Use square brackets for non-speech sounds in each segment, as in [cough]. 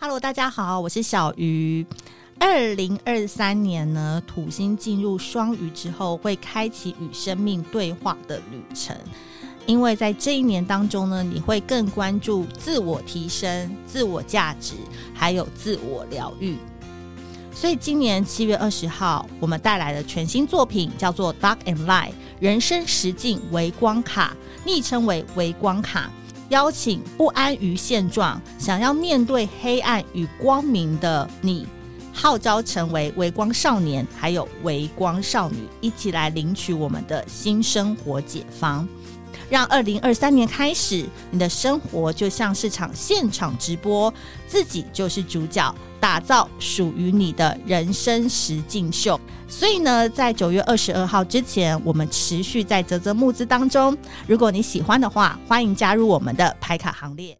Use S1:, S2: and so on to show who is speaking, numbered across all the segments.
S1: Hello，大家好，我是小鱼。二零二三年呢，土星进入双鱼之后，会开启与生命对话的旅程。因为在这一年当中呢，你会更关注自我提升、自我价值，还有自我疗愈。所以今年七月二十号，我们带来的全新作品叫做《Dark and Light》，人生实境微光卡，昵称为微光卡。邀请不安于现状、想要面对黑暗与光明的你，号召成为微光少年，还有微光少女，一起来领取我们的新生活解方。让二零二三年开始，你的生活就像是场现场直播，自己就是主角，打造属于你的人生实境秀。所以呢，在九月二十二号之前，我们持续在泽泽募资当中。如果你喜欢的话，欢迎加入我们的排卡行列。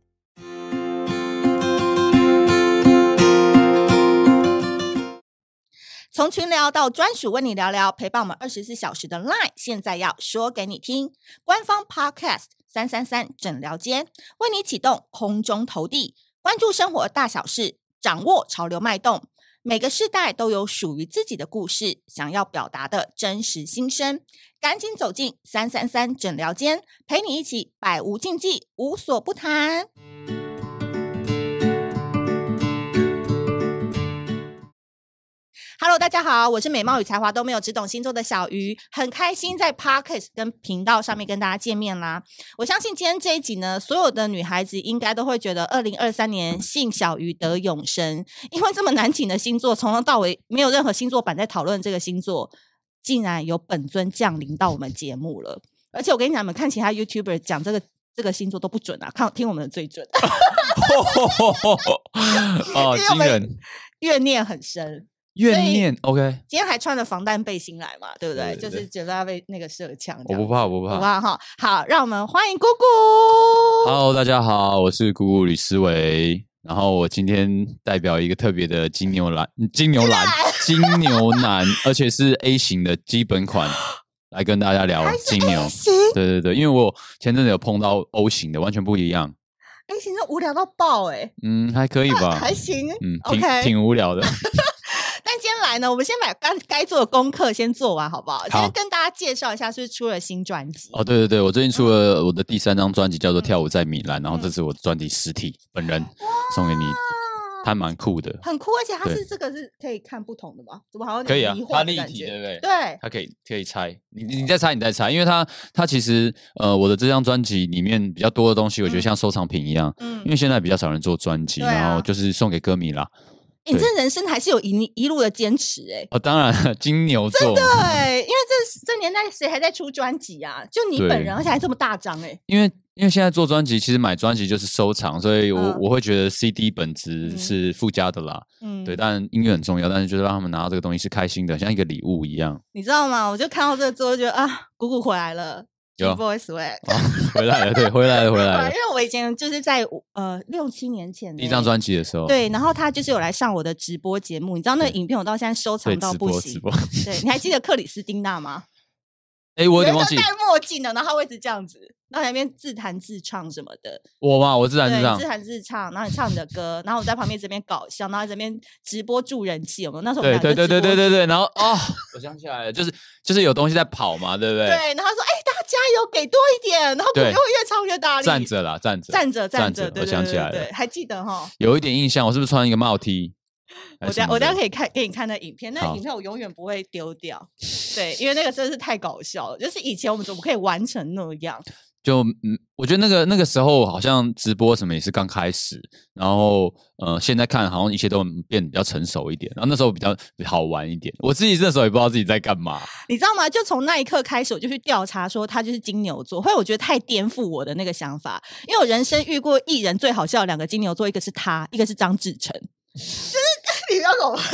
S1: 从群聊到专属为你聊聊，陪伴我们二十四小时的 LINE，现在要说给你听。官方 Podcast 三三三诊疗间为你启动空中投递，关注生活大小事，掌握潮流脉动。每个世代都有属于自己的故事，想要表达的真实心声，赶紧走进三三三诊疗间，陪你一起百无禁忌，无所不谈。Hello，大家好，我是美貌与才华都没有，只懂星座的小鱼，很开心在 Podcast 跟频道上面跟大家见面啦。我相信今天这一集呢，所有的女孩子应该都会觉得，二零二三年信小鱼得永生，因为这么难请的星座，从头到尾没有任何星座版在讨论这个星座，竟然有本尊降临到我们节目了。而且我跟你讲，你们看其他 YouTuber 讲这个这个星座都不准啊，看听我们的最准， [laughs]
S2: [laughs] 哦，
S1: 因为我
S2: 惊
S1: 们
S2: 人，
S1: 怨念很深。
S2: 怨念，OK，
S1: 今天还穿了防弹背心来嘛，对不对？
S2: 对对对
S1: 就是觉得要被那个射枪这
S2: 我
S1: 样，
S2: 不怕，我不
S1: 好不
S2: 怕。
S1: 好？哈，好，让我们欢迎姑姑。
S2: Hello，大家好，我是姑姑吕思维。然后我今天代表一个特别的金牛男，金牛男，金 [laughs] 牛男，而且是 A 型的基本款，来跟大家聊金牛。 [laughs]
S1: 哎行
S2: 对对对，因为我前阵子有碰到 O 型的，完全不一样。
S1: 哎，行，那无聊到爆哎、
S2: 嗯， [laughs] 还可以吧，
S1: 还行。
S2: 嗯，挺
S1: OK
S2: 挺无聊的。
S1: 但今天来呢，我们先把该该做的功课先做完，好不好？
S2: 好
S1: 先跟大家介绍一下，是不是出了新专辑？
S2: 哦，对对对，我最近出了我的第三张专辑，叫做《跳舞在米兰》，然后
S1: 嗯
S2: 这是我的专辑实体，本人送给你，
S1: 啊，
S2: 还蛮酷的。
S1: 很酷，而且它
S2: 对
S1: 是这个是可以看不同的吧？怎么好像有
S2: 可以啊
S1: 迷，
S2: 它
S1: 幻的
S2: 立
S1: 感
S2: 体，
S1: 觉
S2: 对不对？
S1: 对，
S2: 它可以可以猜，你你你再猜，你再猜，因为它它其实呃，我的这张专辑里面比较多的东西，我觉得
S1: 嗯
S2: 像收藏品一样，因
S1: 嗯，
S2: 为现在比较少人做专辑，
S1: 对啊
S2: 然后就是送给歌迷啦。
S1: 你这人生还是有一一路的坚持哎、
S2: 哦，当然金牛座，
S1: 对，因为这这年代谁还在出专辑啊？就你本
S2: 对
S1: 人，而且还这么大张哎、
S2: 因为因为现在做专辑，其实买专辑就是收藏，所以我、
S1: 嗯
S2: 我会觉得 CD 本质
S1: 嗯
S2: 是附加的啦。
S1: 嗯，
S2: 对，当然音乐很重要，但是就是让他们拿到这个东西是开心的，像一个礼物一样。
S1: 你知道吗？我就看到这个之后，觉得啊，姑姑回来了。
S2: 有
S1: Boys Way，
S2: 哦，回来了，对，回来了，回来
S1: [laughs] 因
S2: 了。
S1: 为我以前就是在五呃六七年前
S2: 第一
S1: 呢
S2: 张专辑的时候，
S1: 对，然后他就是有来上我的直播节目，你知道那个
S2: 哦对
S1: 影片我到现在收藏
S2: 对，
S1: 到
S2: 直
S1: 不
S2: 播
S1: 行
S2: 直。播。
S1: 对，你还记得克里斯汀娜吗？
S2: 哎，我有点
S1: 一
S2: 忘
S1: 个
S2: 记
S1: 戴墨镜的，然后他会一直这样子，然后在那边自弹自唱什么的，
S2: 我嘛，我自然
S1: 对，
S2: 是这样
S1: 自。弹自唱，然后你唱你的歌，然后我在旁边这边搞笑，然后这边直播助人气，有没有？那时候我
S2: 对
S1: 们
S2: 对
S1: 两个
S2: 对对
S1: 直播
S2: 对对对，然后哦，我想起来了，就是就是有东西在跑嘛，对不对？
S1: 对，然后他说：“哎、大家加油，给多一点。”然后鼓
S2: 对
S1: 励会越唱越大力，
S2: 站着啦，站着，
S1: 啊站着，站
S2: 站
S1: 着，
S2: 着
S1: 对
S2: 我
S1: 对
S2: 想
S1: 对
S2: 起来
S1: 对
S2: 了
S1: 对还记得哈。
S2: 有一点印象，我是不是穿一个帽 T？
S1: 我等下我等下可以
S2: 以
S1: 看给你看那影片，那
S2: 好
S1: 影片我永远不会丢掉，对，因为那 [laughs] 个真的是太搞笑了。就是以前我们怎么可以完成那样？
S2: 就嗯，我觉得那个那个时候好像直播什么也是刚开始，然后呃，现在看好像一切都嗯变得比较成熟一点，然后那时候比较好玩一点。我自己那时候也不知道自己在干嘛，
S1: 你知道吗？就从那一刻开始，我就去调查说他就是金牛座，后来我觉得太颠覆我的那个想法，因为我人生遇过艺人最好笑的两个金牛座，一个是他，一个是张志成，就是 [laughs] 你不要懂。 [laughs]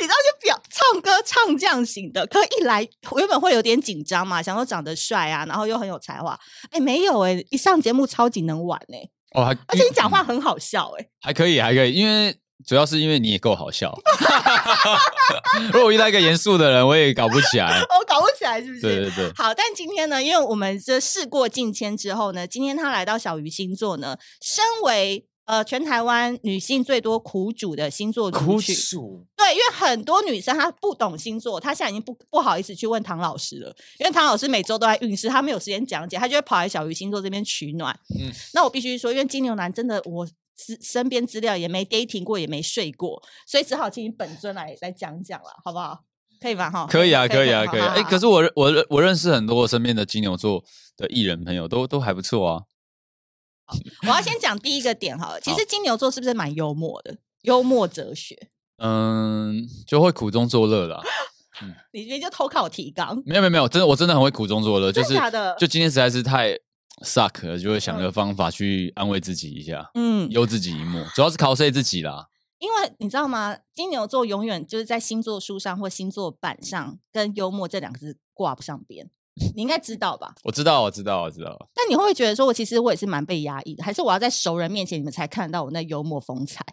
S1: 你知道，就表唱歌唱将型的，可一来我原本会有点紧张嘛，想说长得帅啊，然后又很有才华，哎，没有哎、一上节目超级能玩哎、
S2: 哦，还
S1: 而且你讲话很好笑哎、
S2: 还可以，还可以，因为主要是因为你也够好笑。 [laughs] 如果我遇到一个严肃的人，我也搞不
S1: [laughs]
S2: 起来。
S1: [laughs] 我搞不起来是不是？
S2: 对对对。
S1: 好，但今天呢，因为我们这事过境迁之后呢，今天他来到小鱼星座呢，身为呃，全台湾女性最多苦主的星座族
S3: 苦
S1: 群，
S3: 楚，
S1: 对，因为很多女生她不懂星座，她现在已经不不好意思去问唐老师了，因为唐老师每周都在运势，她没有时间讲解，她就会跑来小鱼星座这边取暖。
S3: 嗯
S1: 那我必须说，因为金牛男真的我资身边资料也没 dating 过，也没睡过，所以只好请你本尊来来讲讲了，好不好？可以吧？哈，
S2: 可以啊，可以啊，可以啊。哎、可
S1: 是
S2: 是我认我认我认识很多我身边的金牛座的艺人朋友，都都还不错啊。
S1: 我要先讲第一个点好了。其
S2: 好
S1: 实金牛座是不是蛮幽默的？幽默哲学，
S2: 嗯，就会苦中作乐啦。
S1: 你你就偷看我提纲，
S2: 没有没有没有，真的我真的很会苦中作乐，就
S1: 真
S2: 是
S1: 的假的？
S2: 就今天实在是太 suck 了，就会想个方法去安慰自己一下，
S1: 嗯，
S2: 悠自己一默，主要是 cos 自己啦。
S1: 因为你知道吗？金牛座永远就是在星座书上或星座板上跟幽默这两个字挂不上边，你应该知道吧？
S2: 我知道，我知道，我知道。
S1: 但你会不会觉得说，我其实我也是蛮被压抑的，还是我要在熟人面前你们才看得到我那幽默风采？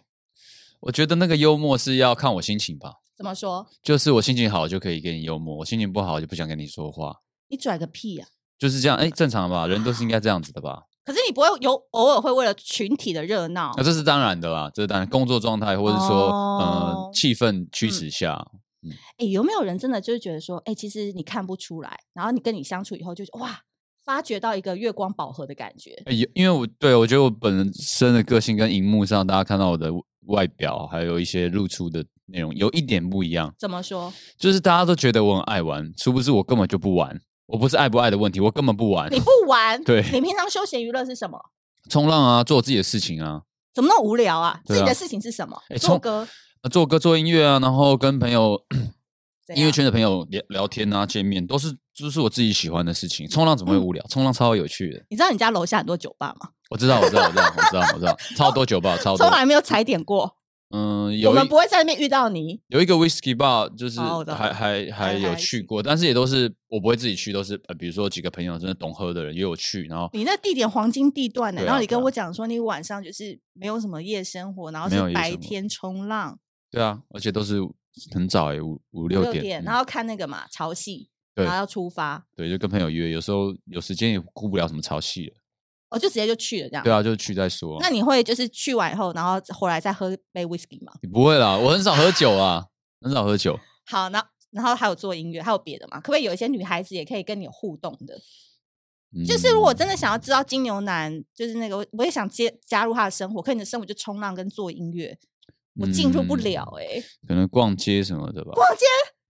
S2: 我觉得那个幽默是要看我心情吧，
S1: 怎么说？
S2: 就是我心情好就可以跟你幽默，我心情不好就不想跟你说话，
S1: 你拽个屁呀、
S2: 就是这样。哎，正常吧，人都是应该这样子
S1: [sighs]
S2: 的吧？啊
S1: 可是你不会有偶尔会为了群体的热闹
S2: 那、，这是当然的啦，这是当然，工作状态或者说、
S1: 哦
S2: 呃气氛驱使下，
S1: 哎、有没有人真的就是觉得说，哎、其实你看不出来，然后你跟你相处以后就哇，发掘到一个月光宝盒的感觉？
S2: 呃有因为我对我觉得我本身的个性跟荧幕上大家看到我的外表，还有一些露出的内容有一点不一样，
S1: 怎么说？
S2: 就是大家都觉得我很爱玩，殊不知我根本就不玩，我不是爱不爱的问题，我根本不玩
S1: 你，不玩，
S2: 对
S1: 你平常休闲娱乐是什么？
S2: 冲浪啊，做我自己的事情啊，
S1: 怎么那么无聊啊？自
S2: 对啊
S1: 己的事情是什么？
S2: 诶
S1: 做
S2: 从
S1: 歌，
S2: 呃做歌做音乐啊，然后跟朋友。
S1: 怎
S2: 音乐
S1: 样
S2: 圈的朋友聊聊天啊，见面都是就是我自己喜欢的事情。冲浪怎么会无聊？冲浪超有趣的。
S1: 你知道你家楼下很多酒吧吗？
S2: 我知道，我知道，我知道，我知道，我
S1: [laughs]
S2: 知道，超多酒吧，超多
S1: 从。来没有踩点过，哦
S2: 嗯，
S1: 我
S2: 有
S1: 们
S2: 一
S1: 不会在那边遇到你。
S2: 有一个 whisky bar，就是
S1: 哦我知道
S2: 还还还有去过，但是也都是我不会自己去，都是呃，比如说几个朋友真的懂喝的人约我去，然后
S1: 你那地点黄金地段呢、
S2: 对啊
S1: 然后你跟
S2: 对啊
S1: 我讲说你晚上就是没有什么夜生活，然后
S2: 没有
S1: 是
S2: 夜
S1: 白
S2: 生活
S1: 天冲浪
S2: 对啊，而且都是很早诶，五五六
S1: 六
S2: 点，
S1: 点，
S2: 嗯
S1: 然后看那个嘛潮汐，
S2: 对
S1: 然后要出发，
S2: 对，就跟朋友约，有时候有时间也顾不了什么潮汐了，
S1: 我哦就直接就去了这样。
S2: 对啊，就去再说。
S1: 那你会就是去完以后，然后回来再喝杯 whisky 吗？
S2: 你不会啦，我很少喝酒啊，很少喝酒。
S1: 好，那然后还有做音乐，还有别的吗？可不可以有一些女孩子也可以跟你有互动的？ [laughs] 就是如果真
S2: 的，
S1: 的想要知道金牛男，就是那个，我也想接加入他的生活，可你的生活就冲浪跟做音乐，我进入不
S2: 嗯
S1: 了哎、
S2: 可能逛街什么的吧。
S1: 逛街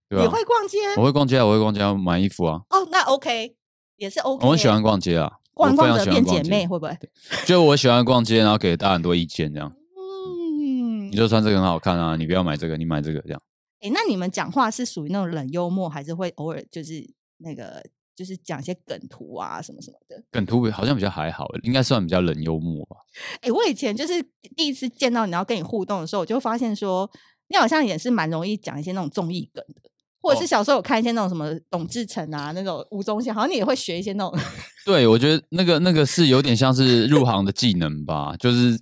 S2: 对啊，
S1: 也会逛街
S2: 我会逛街啊，我会逛街啊，买衣服啊，
S1: 哦，那 OK 也是 OK。
S2: 我很喜欢逛街啊，
S1: 逛
S2: 我
S1: 一
S2: 非
S1: 逛
S2: 常
S1: 着
S2: 喜欢
S1: 变
S2: 逛
S1: 姐
S2: 街
S1: 妹，会不会？
S2: 就我喜欢逛街，然后给大家很多意见，这样
S1: 嗯
S2: 你，就穿这个很好看啊，你不要买这个，你买这个这样。
S1: 哎、那你们讲话是属于那种冷幽默，还是会偶尔就是那个就是讲一些梗图啊什么什么的？
S2: 梗图好像比较还好，应该算比较冷幽默吧。
S1: 哎、我以前就是第一次见到你，然后跟你互动的时候，我就发现说，你好像也是蛮容易讲一些那种综艺梗的，或者是
S2: 哦
S1: 小时候有看一些那种什么董志成啊，那种吴宗宪，好像你也会学一些那种 [laughs]
S2: 对，我觉得那个那个是有点像是入行的技能吧，就是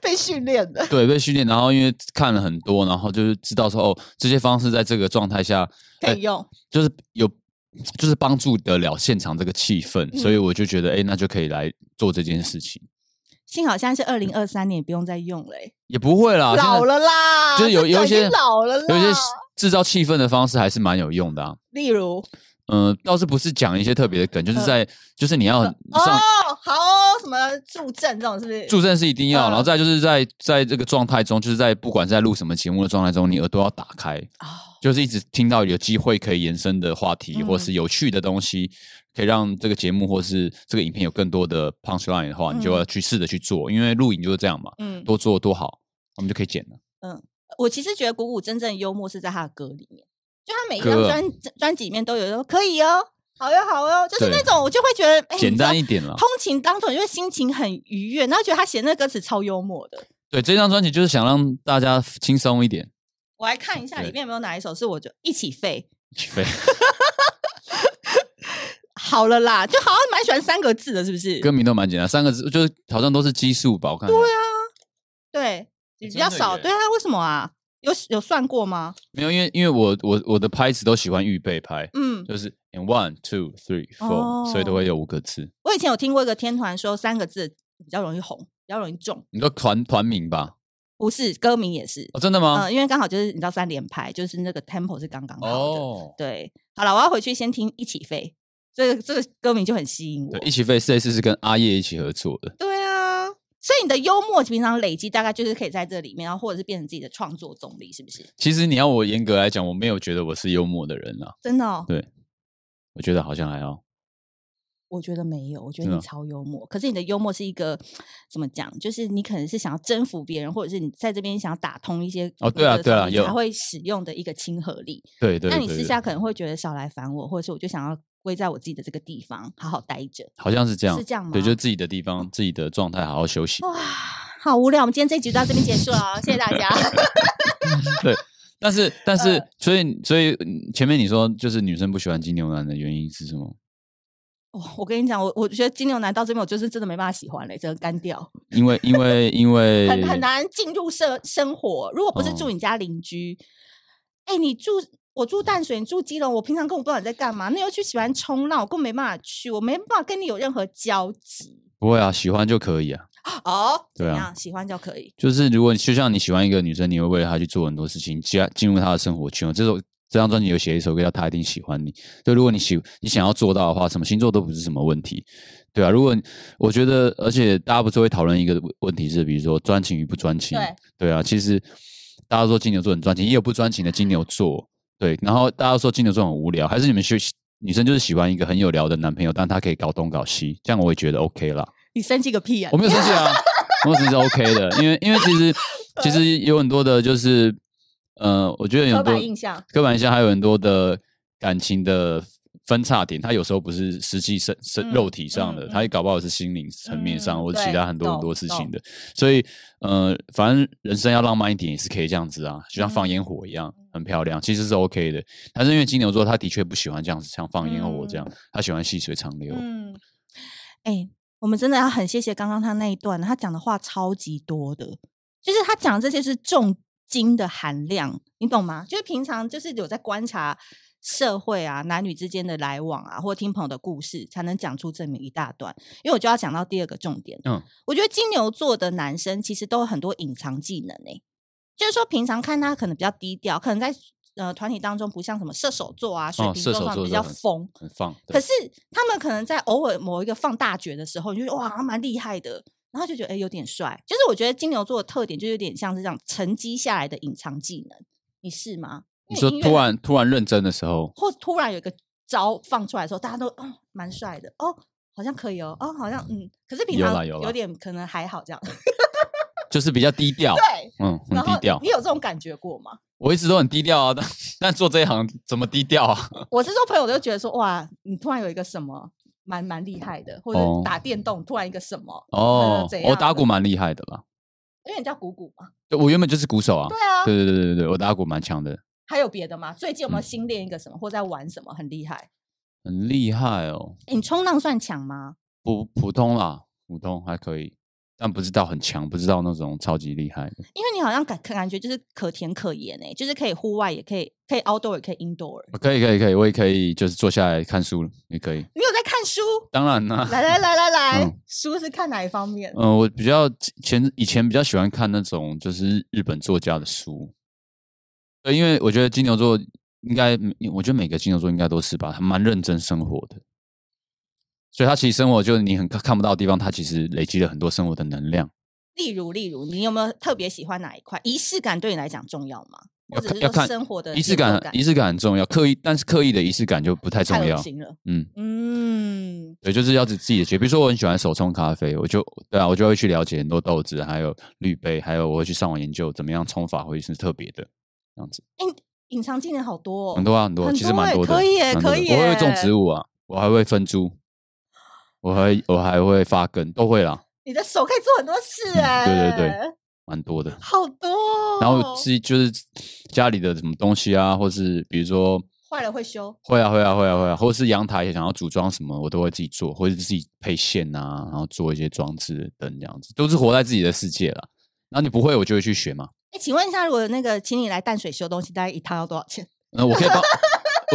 S1: 被训练的。
S2: 对被训练，然后因为看了很多，然后就是知道说哦，这些方式在这个状态下
S1: 可以用，
S2: 就是有就是帮助得了现场这个气氛，
S1: 嗯
S2: 所以我就觉得哎，那就可以来做这件事情。
S1: 幸好现在是二零二三年，不用再用了、欸，
S2: 也不会啊啦，现在
S1: 老了啦，
S2: 就是有
S1: 这个
S2: 有一
S1: 已经
S2: 些
S1: 老了啦，
S2: 有一些制造气氛的方式还是蛮有用的啊。
S1: 例如
S2: 嗯，倒是不是讲一些特别的梗，就是
S1: 嗯
S2: 在就是你要
S1: 哦
S2: 上，
S1: 好哦，什么助阵这种是不是？
S2: 助阵是一定
S1: 嗯
S2: 要，然后再就是在在这个状态中，就是在不管是在录什么节目的状态中，你耳朵要打开，
S1: 哦
S2: 就是一直听到有机会可以延伸的话题，
S1: 嗯
S2: 或是有趣的东西，可以让这个节目或是这个影片有更多的 punch line 的话，
S1: 嗯
S2: 你就要去试着去做，因为录影就是这样嘛，
S1: 嗯，
S2: 多做多好，我们就可以剪了。
S1: 我其实觉得谷谷真正幽默是在他的歌里面，就他每一张
S2: 歌啊
S1: 专专辑里面都有说可以哦，好哟好哟，就是
S2: 对
S1: 那种我就会觉得、哎，
S2: 简单一
S1: 点。
S2: 点啦。啊
S1: 通勤当中，因为心情很愉悦，然后觉得他写那歌词超幽默的。
S2: 对，这张专辑就是想让大家轻松一点，
S1: 我来看一下里
S2: 对
S1: 面有没有哪一首是我就一起飞。
S2: 起
S1: [laughs]
S2: 飞
S1: 好了啦，就好像蛮喜欢三个字的，是不是？
S2: 歌名都蛮简单，三个字就是好像都是基数吧，我看一下。
S1: 啊对，
S2: 诶
S1: 比较
S2: 哎真的
S1: 少。
S2: 耶
S1: 对啊，为什么啊？有有算过吗？
S2: 没有，因为因为我我我的拍子都喜欢预备拍，
S1: 嗯，
S2: 就是 and one two three four，、
S1: 哦
S2: 所以都会有五个字。
S1: 我以前有听过一个天团说三个字比较容易红，比较容易中。
S2: 你说团团名吧？
S1: 不是歌名也是，
S2: 哦，真的吗？
S1: 呃，因为刚好就是你知道三连拍，就是那个 tempo 是刚刚好的。
S2: 哦，
S1: 对，好了，我要回去先听《一起飞》，这个这个歌名就很吸引我。
S2: 对，一起飞这一次是跟阿叶一起合作的。
S1: 对啊，所以你的幽默平常累积大概就是可以在这里面，然后或者是变成自己的创作动力，是不是？
S2: 其实你要我严格来讲，我没有觉得我是幽默的人啊，
S1: 真的、哦，
S2: 我觉得好像还好。
S1: 我觉得没有，我觉得
S2: 真的
S1: 你
S2: 哦
S1: 超幽默。可是你的幽默是一个怎么讲？就是你可能是想要征服别人，或者是你在这边想要打通一些
S2: 哦对啊
S1: 隔着的
S2: 对啊
S1: 场域
S2: 有
S1: 才会使用的一个亲和力。
S2: 对对对
S1: 那你私
S2: 对
S1: 下可能会觉得少来烦我，或者是我就想要归在我自己的这个地方好好待着，
S2: 好像是这样，
S1: 是这样吗？
S2: 对，就自己的
S1: [laughs]
S2: 地方，自己的状态，好好休息。
S1: 哇，好无聊。我们今天这一集就到这边结束了哦，谢谢大家。
S2: 但是，但
S1: 呃
S2: 是，所以，所以嗯前面你说就是女生不喜欢金牛男的原因是什么？
S1: [laughs] 哦，我跟你讲，我我觉得金牛男到这边，我就是真的没办法喜欢了，整个干掉，
S2: 因为，因为，因为
S1: 很很难进入生生活。如果不是住
S2: 哦
S1: 你家邻居，哎、你住我住淡水，你住基隆，我平常根本不知道你在干嘛。那又去喜欢冲浪，我根本没办法去，我没办法跟你有任何交集。
S2: 不会啊，喜欢就可以啊。
S1: 哦，
S2: 对
S1: 怎
S2: 啊
S1: 样喜欢就可以。
S2: 就是如果就像你喜欢一个女生，你会为了她去做很多事情，加进入她的生活圈。这首这张专辑有写一首歌叫《她一定喜欢你》，所以如果你喜你想要做到的话，什么星座都不是什么问题，对啊。如果我觉得，而且大家不是会讨论一个问题是，比如说专情与不专情，
S1: 对
S2: 啊。其实大家说金牛座很专情，也有不专情的金牛座，对。然后大家说金牛座很无聊，还是你们学女生就是喜欢一个很有聊的男朋友，但他可以搞东搞西，这样我也觉得 OK 啦。
S1: 你生气个屁啊
S2: 我！没有生
S1: [laughs]
S2: 气啊，我只是 OK 的，因为因为其实其实有很多的，就是呃，我觉得有
S1: 刻
S2: 很多
S1: 板印象，
S2: 刻板印象，还有很多的感情的分叉点，它有时候不是实际身身
S1: 嗯
S2: 肉体上的，
S1: 嗯
S2: 它也搞不好是心灵层面上、
S1: 嗯
S2: 或者其
S1: 对
S2: 他很多很
S1: 懂
S2: 多事情的，所以呃，反正人生要浪漫一点也是可以这样子啊，就像
S1: 嗯
S2: 放烟火一样。很漂亮，其实是 OK 的，但是因为金牛座他的确不喜欢这样子，像放烟火这样，他喜欢细水长流。
S1: 嗯，哎、我们真的要很谢谢刚刚他那一段，他讲的话超级多的，就是他讲的这些是重金的含量，你懂吗？就是平常就是有在观察社会啊，男女之间的来往啊，或听朋友的故事，才能讲出这么一大段。因为我就要讲到第二个重点，
S2: 嗯，
S1: 我觉得金牛座的男生其实都有很多隐藏技能诶、就是说平常看他可能比较低调，可能在呃团体当中不像什么射手座啊、水
S2: 哦
S1: 瓶
S2: 射
S1: 座
S2: 手
S1: 这种
S2: 座
S1: 比
S2: 就
S1: 较
S2: 很
S1: 疯，
S2: 很放。对
S1: 可是他们可能在偶尔某一个放大觉的时候，你就觉得哇，他蛮厉害的，然后就觉得哎、诶有点帅。就是我觉得金牛座的特点，就有点像是这样沉积下来的隐藏技能，你是吗？
S2: 你
S1: 因为
S2: 说
S1: 音乐
S2: 突然突然认真的时候，
S1: 或突然有一个招放出来的时候，大家都哦蛮帅的哦，好像可以哦，哦好像嗯，可是平
S2: 有
S1: 常
S2: 啦有
S1: 有
S2: 啦
S1: 点可能还好这样。
S2: 就是比较低调，
S1: 对，啊
S2: 嗯，很
S1: 然
S2: 低
S1: 后
S2: 调
S1: 你。有这种感觉过吗？
S2: 我一直都很低调啊， [laughs] 但但做这一行怎么低调
S1: [laughs]
S2: 啊？
S1: 我是说朋友都觉得说哇，你突然有一个什么蛮蛮厉害的，或者
S2: 哦
S1: 打电动突然一个什么，
S2: 哦
S1: 怎，
S2: 我
S1: 样
S2: 打
S1: 的
S2: 鼓蛮厉害的啦，
S1: 因为你叫谷谷嘛，
S2: 对我原本就是鼓手啊
S1: 对。啊，
S2: 对对对对对，我打鼓蛮强的，
S1: 还有别的吗？最近有没有
S2: 嗯
S1: 新练一个什么，或在玩什么很厉害？
S2: 很厉害哦。
S1: 诶你冲浪算强吗？
S2: 普普通啦，普通还可以，但不知道很强，不知道那种超级厉害的。
S1: 因为你好像感感觉就是可甜可盐诶、就是可以户外，也可以可以 outdoor，也可以 indoor。
S2: 哦可以可以可以，我也可以，就是坐下来看书也可以。
S1: 你有在看书？
S2: 当然啦、
S1: 来来来来来，
S2: 嗯
S1: 书是看哪一方面？
S2: 嗯、我比较前以前比较喜欢看那种就是日本作家的书，对，因为我觉得金牛座应该，我觉得每个金牛座应该都是吧，还蛮认真生活的，所以他其实生活就是你很看看不到的地方，他其实累积了很多生活的能量。
S1: 例如例如，你有没有特别喜欢哪一块？仪式感对你来讲重要吗？或
S2: 要
S1: 者
S2: 看
S1: 是
S2: 要
S1: 说
S2: 看
S1: 生活的
S2: 仪
S1: 节
S2: 式
S1: 奏
S2: 感，仪式感很重要，刻意但是刻意的仪式感就不太重
S1: 太恶
S2: 要。
S1: 心了。
S2: 嗯，
S1: 嗯，
S2: 对，就是要自自己的学。比如说，我很喜欢手冲咖啡，我就对啊，我就会去了解很多豆子，还有滤杯，还有我会去上网研究怎么样冲法会是特别的这样子。
S1: 隐藏技能好多、哦，
S2: 很多啊，很多，
S1: 很
S2: 其实
S1: 多
S2: 蛮
S1: 欸
S2: 多的，
S1: 可以欸
S2: 蛮多的
S1: 可以
S2: 我会种
S1: 欸
S2: 植物啊，我还会分株，我还我还会发根，都会啦，
S1: 你的手可以做很多事哎、
S2: 嗯对对对，蛮多的。
S1: 好多哦、
S2: 然后是就是家里的什么东西啊，或是比如说
S1: 坏了会修。
S2: 会啊会啊会啊会啊，或是阳台也想要组装什么，我都会自己做，或者是自己配线啊，然后做一些装置等这样子，都是活在自己的世界啦。然后你不会，我就会去学嘛。
S1: 哎，请问一下，如果那个请你来淡水修东西，大概一套要多少钱？ [laughs]
S2: 那我可以帮，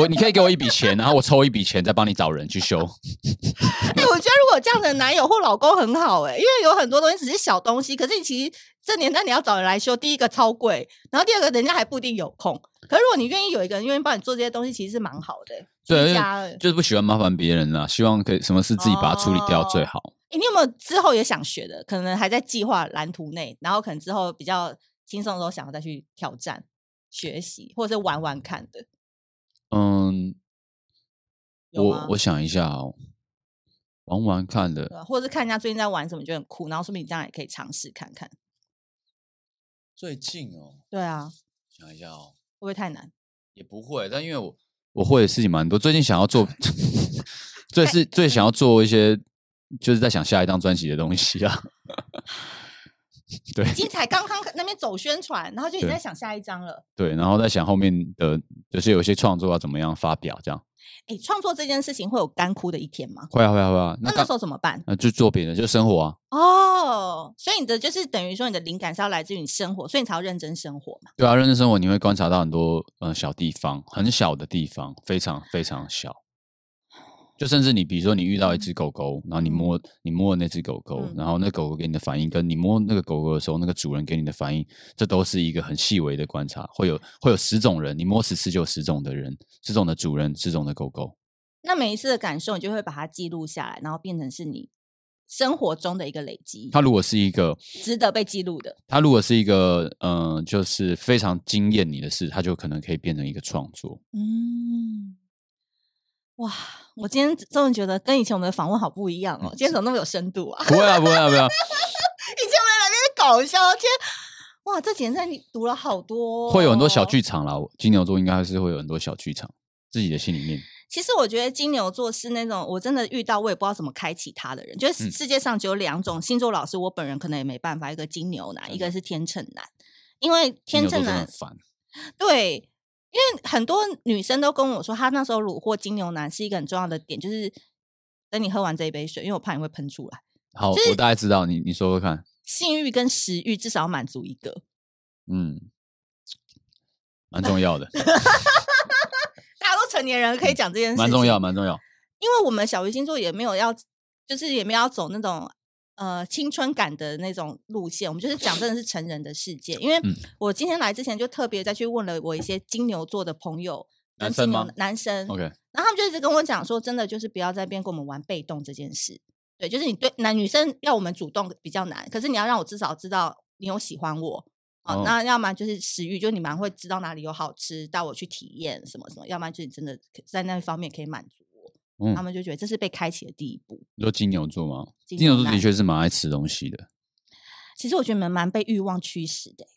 S2: 我你可以给我一笔钱，然后我抽一笔钱再帮你找人去修。
S1: 哎、我觉得如果有这样的男友或老公很好哎、因为有很多东西只是小东西，可是你其实这年代你要找人来修，第一个超贵，然后第二个人家还不一定有空。可是如果你愿意有一个人愿意帮你做这些东西，其实是蛮好的、欸。
S2: 对
S1: 居家欸
S2: 就是不喜欢麻烦别人啊啦，希望可以什么事自己把它处理掉最
S1: 哦
S2: 好。
S1: 诶哎你有没有之后也想学的？可能还在计划蓝图内，然后可能之后比较轻松的时候，想要再去挑战、学习，或者是玩玩看的。
S2: 嗯，
S1: 有吗
S2: 我我想一下哦，玩玩看的
S1: 对吧？啊或者是看人家最近在玩什么，觉得很酷，然后说不定你这样也可以尝试看看。
S2: 最近哦，
S1: 对啊，
S2: 想一下哦，
S1: 会不会太难？
S2: 也不会，但因为我我会的事情蛮多，最近想
S1: [laughs]
S2: 要做，
S1: 哎
S2: 最是最想要做一些，就是在想下一张专辑的东西啊。 [laughs] 对
S1: 已经才刚刚那边走宣传，然后就已经
S2: 对
S1: 在想下一张了。
S2: 对，然后在想后面的，就是有一些创作要怎么样发表，这样
S1: 哎，创作这件事情会有干枯的一天吗？
S2: 会啊会啊会啊。
S1: 那
S2: 那
S1: 那
S2: 刚
S1: 时候怎么办？
S2: 那就做别的，就生活啊。
S1: 哦，所以你的就是等于说你的灵感是要来自于你生活，所以你才要认真生活嘛。
S2: 对啊，认真生活你会观察到很多呃小地方，很小的地方，非常非常小。就甚至你比如说你遇到一只狗狗，然后你
S1: 嗯
S2: 摸你摸那只狗狗，
S1: 嗯
S2: 然后那狗狗给你的反应，跟你摸那个狗狗的时候，那个主人给你的反应，这都是一个很细微的观察。会有会有十种人，你摸十次就有十种的人，十种的主人，十种的狗狗。
S1: 那每一次的感受，你就会把它记录下来，然后变成是你生活中的一个累积，
S2: 它如果是一个，
S1: 值得被记录的。
S2: 它如果是一个，嗯、就是非常惊艳你的事，它就可能可以变成一个创作。
S1: 嗯，哇，我今天终于觉得跟以前我们的访问好不一样哦，今天怎么那么有深度啊？
S2: 不会啊，不会啊，不会啊，
S1: 以前我们来宾搞笑，今天哇，这简直你读了好多、哦
S2: 会有很多小。剧场啦。我金牛座应该还是会有很多小剧场，自己的心里面。
S1: 其实我觉得金牛座是那种我真的遇到我也不知道怎么开启他的人，就是
S2: 嗯
S1: 世界上只有两种星座老师，我本人可能也没办法，一个金牛男，一个是天秤男，因为
S2: 金
S1: 天
S2: 牛座
S1: 秤
S2: 真的
S1: 男
S2: 很烦，
S1: 对。因为很多女生都跟我说，她那时候虏获金牛男是一个很重要的点，就是等你喝完这一杯水，因为我怕你会喷出来。
S2: 好，
S1: 就是
S2: 我大概知道你，你说说看。
S1: 性欲跟食欲至少要满足一个，
S2: 嗯，蛮重要
S1: [laughs]
S2: 的，
S1: 大家都成年人可以讲这件事情，
S2: 嗯蛮重要，蛮重要。
S1: 因为我们小鱼星座也没有要，就是也没有要走那种呃青春感的那种路线，我们就是讲真的是成人的世界。因为
S2: 嗯
S1: 我今天来之前就特别再去问了我一些金牛座的朋友，跟
S2: 男生
S1: 金牛
S2: 吗
S1: 男生
S2: OK，
S1: 然后他们就一直跟我讲说，真的就是不要再边跟我们玩被动这件事。对，就是你对男女生要我们主动比较难，可是你要让我至少知道你有喜欢我。哦
S2: 哦，
S1: 那要么就是食欲，就你蛮会知道哪里有好吃，带我去体验什么什么；要不然就是你真的在那方面可以满足我。他
S2: 嗯，
S1: 们就觉得这是被开启的第一步。
S2: 你说金牛座吗？
S1: 金
S2: 金牛
S1: 牛
S2: 座的
S1: 男
S2: 确是蛮爱吃东西的，
S1: 其实我觉得你们蛮被欲望驱使的欸、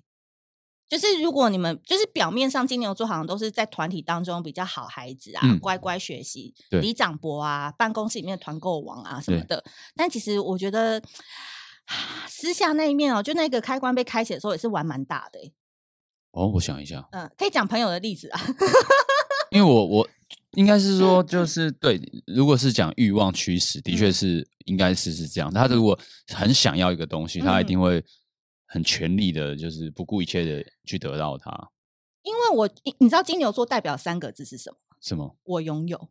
S1: 就是如果你们就是表面上金牛座好像都是在团体当中比较好孩子啊，
S2: 嗯
S1: 乖乖学习，
S2: 对
S1: 李长博啊，办公室里面的团购王啊什么
S2: 对
S1: 的，但其实我觉得私下那一面哦，就那个开关被开启的时候也是玩蛮大的欸、
S2: 哦，我想一下，
S1: 嗯，可以讲朋友的例子啊， [laughs]
S2: 因为我我应该是说，就是对，如果是讲欲望驱使，的确
S1: 嗯
S2: 是应该是是这样。他如果很想要一个东西，他一
S1: 嗯
S2: 定会很全力的，就是不顾一切的去得到它，
S1: 因为我你你知道金牛座代表三个字是什么？
S2: 是吗？
S1: 我拥有，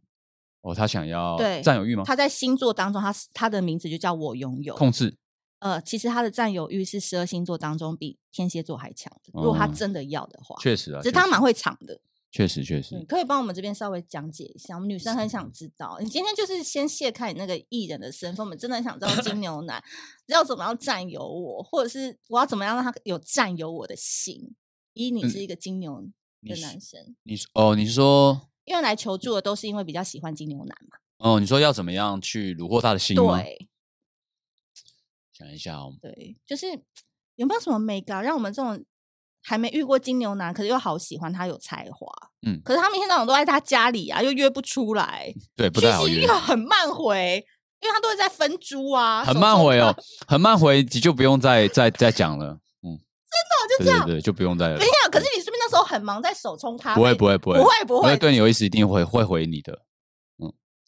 S2: 哦，他想要
S1: 对
S2: 占有欲吗？
S1: 他在星座当中，他是他的名字就叫我拥有，
S2: 控制
S1: 呃，其实他的占有欲是十二星座当中比天蝎座还强的。如果他
S2: 哦
S1: 真的要的话，
S2: 确实啊，
S1: 只是
S2: 确
S1: 他嗯
S2: 实嗯
S1: 蛮会藏的。
S2: 确实确实
S1: 你可以帮我们这边稍微讲解一下，我们女生很想知道。你今天就是先卸开你那个艺人的身份，我们真的很想知道金牛男要怎么样占有我，或者是我要怎么样让他有占有我的心。一，你是一个金牛
S2: 嗯你
S1: 的
S2: 是
S1: 男生，
S2: 你说哦，你说
S1: 因为来求助的都是因为比较喜欢金牛男嘛。
S2: 哦，你说要怎么样去虏获他的心吗？
S1: 对，
S2: 想一下哦，
S1: 对，就是有没有什么美感，让我们这种还没遇过金牛男，可是又好喜欢他有才华，
S2: 嗯
S1: 可是他们一天到晚都在他家里啊，又约不出来，
S2: 对，不
S1: 讯
S2: 太好
S1: 息
S2: 约
S1: 又，很慢回，因为他都会在分猪啊，
S2: 很
S1: 手
S2: 慢
S1: 中
S2: 回哦
S1: 啊。，
S2: 很慢回，你就不用再再再讲了，嗯，
S1: 就
S2: 对
S1: 这样
S2: 对对，就不用再了
S1: 等一，下，可是你是不是那时候很忙，在手冲咖啡？
S2: 不会不会不
S1: 不
S2: 会，
S1: 会不
S2: 我
S1: 会，
S2: 对你有意思，一定会会回你的。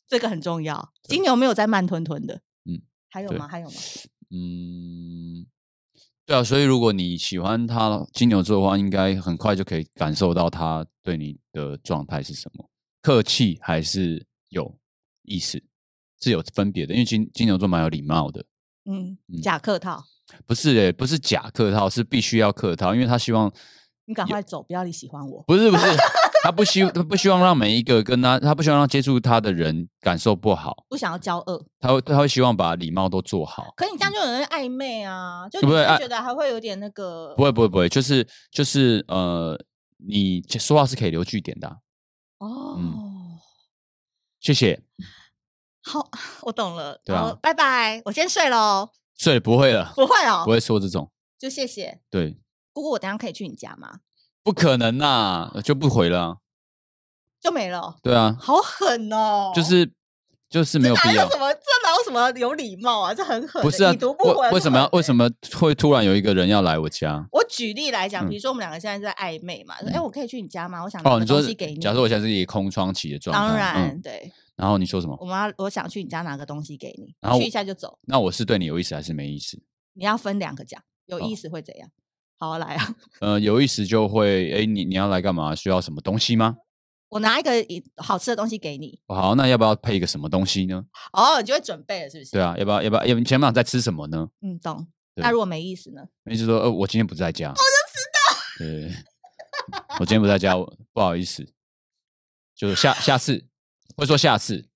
S1: 这个很重要。金牛没有在慢吞吞的，嗯
S2: 嗯，
S1: 还有
S2: 对
S1: 吗？还有吗？
S2: 嗯，对啊，所以如果你喜欢他金牛座的话，应该很快就可以感受到他对你的状态是什么。客气还是有意思，是有分别的。因为金金牛座蛮有礼貌的，
S1: 嗯
S2: 嗯，
S1: 假客套，
S2: 不是诶、不是假客套，是必须要客套，因为他希望
S1: 你赶快走，不要你喜欢我。
S2: 不是不是，他不希他不希望让每一个跟他他不希望让接触他的人感受不好，
S1: 不想要交恶，
S2: 他会他会希望把礼貌都做好。
S1: 可你这样就有人暧昧啊，就
S2: 嗯不
S1: 你
S2: 会
S1: 会
S2: 暧
S1: 觉得还会有点那个，
S2: 不会不会不会，就是就是呃，你说话是可以留句点的啊、
S1: 哦，
S2: 嗯谢谢，
S1: 好，我懂了，
S2: 对啊
S1: 好拜拜，我先睡喽，
S2: 睡了不会了，
S1: 不会哦
S2: 不，会说这种，
S1: 就谢谢
S2: 对，
S1: 姑姑，我等一下可以去你家吗？
S2: 不可能呐、就不回了啊、
S1: 就没了，哦
S2: 对啊，
S1: 好狠哦，
S2: 就是就是没有
S1: 哪
S2: 必要
S1: 有什，么这哪有什么有礼貌啊，这很狠的，
S2: 不是啊，
S1: 已读不回
S2: 为为什么要为什
S1: 么？
S2: 么会突然有一个人要来我家？
S1: 我举例来讲，
S2: 嗯
S1: 比如说我们两个现在在暧昧嘛，说哎，
S2: 嗯
S1: 我可以去你家吗？我想拿
S2: 哦，
S1: 个
S2: 你说
S1: 东西给，你。
S2: 假设我现在是一个空窗期的状态，
S1: 当然
S2: 嗯，
S1: 对，
S2: 然后你说什么？
S1: 我们要我想去你家拿个东西给你
S2: 然后，
S1: 去一
S2: 我
S1: 下就走。
S2: 那我是对你有意思还是没意思？
S1: 你要分两个讲，有
S2: 好
S1: 意思会怎样？好，来啊，
S2: 呃，有意思就会，哎，你你要来干嘛？需要什么东西吗？哦
S1: 我拿一个饮好吃的东西给你，
S2: 好，那要不要配一个什么东西呢？
S1: 哦，你就会准备了，是不是？
S2: 对啊，要不要要不要？要不你前面想在吃什么呢？
S1: 嗯，懂。
S2: 对
S1: 那如果没意思呢？
S2: 一直说，呃，我今天不在家，我就知道。对，我今天不在家，我不好意思，就是下下次，会说下次，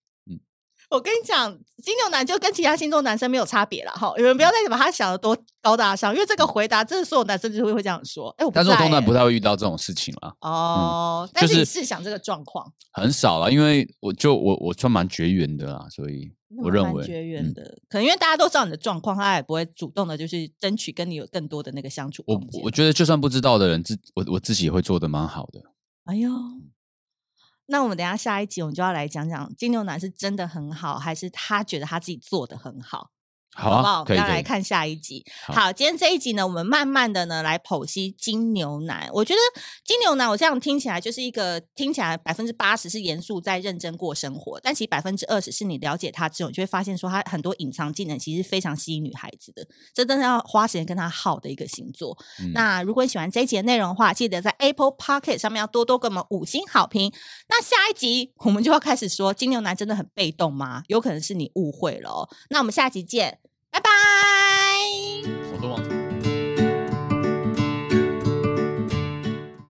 S1: 我跟你讲，金牛男就跟其他星座男生没有差别了哈。有人不
S2: 嗯
S1: 要再把他想的多高大上，因为这个回答，真的所有男生就会会这样说。哎、我不
S2: 但是我
S1: 在
S2: 通常
S1: 欸
S2: 不太会遇到这种事情啦，
S1: 哦，但
S2: 就是
S1: 你
S2: 是
S1: 试想这个状况，
S2: 很少啦，因为我就我我算蛮绝缘的啦，所以
S1: 那
S2: 我
S1: 蛮
S2: 认
S1: 蛮
S2: 为
S1: 绝
S2: 嗯
S1: 缘的，可能因为大家都知道你的状况，他也不会主动的，就是争取跟你有更多的那个相处
S2: 我
S1: 空间。
S2: 我觉得就算不知道的人，自我我自己也会做的蛮好的。
S1: 哎呦，那我们等一下下一集我们就要来讲讲金牛男是真的很好，还是他觉得他自己做的很好，
S2: 好
S1: 不
S2: 啊，
S1: 好？我
S2: 可
S1: 们
S2: 以
S1: 要
S2: 可
S1: 来
S2: 以，
S1: 看下一集。
S2: 好
S1: 好，今天这一集呢，我们慢慢的呢来剖析金牛男。我觉得金牛男，我这样听起来就是一个听起来百分之八十是严肃在认真过生活，但其实百分之二十是你了解他之后，你就会发现说他很多隐藏技能其实非常吸引女孩子的，这真的要花时间跟他耗的一个星座。
S2: 嗯
S1: 那如果你喜欢这一集的内容的话，记得在 Apple Pocket 上面要多多给我们五星好评。那下一集我们就要开始说金牛男真的很被动吗？有可能是你误会了哦。那我们下集见，拜拜。
S2: 我都忘记。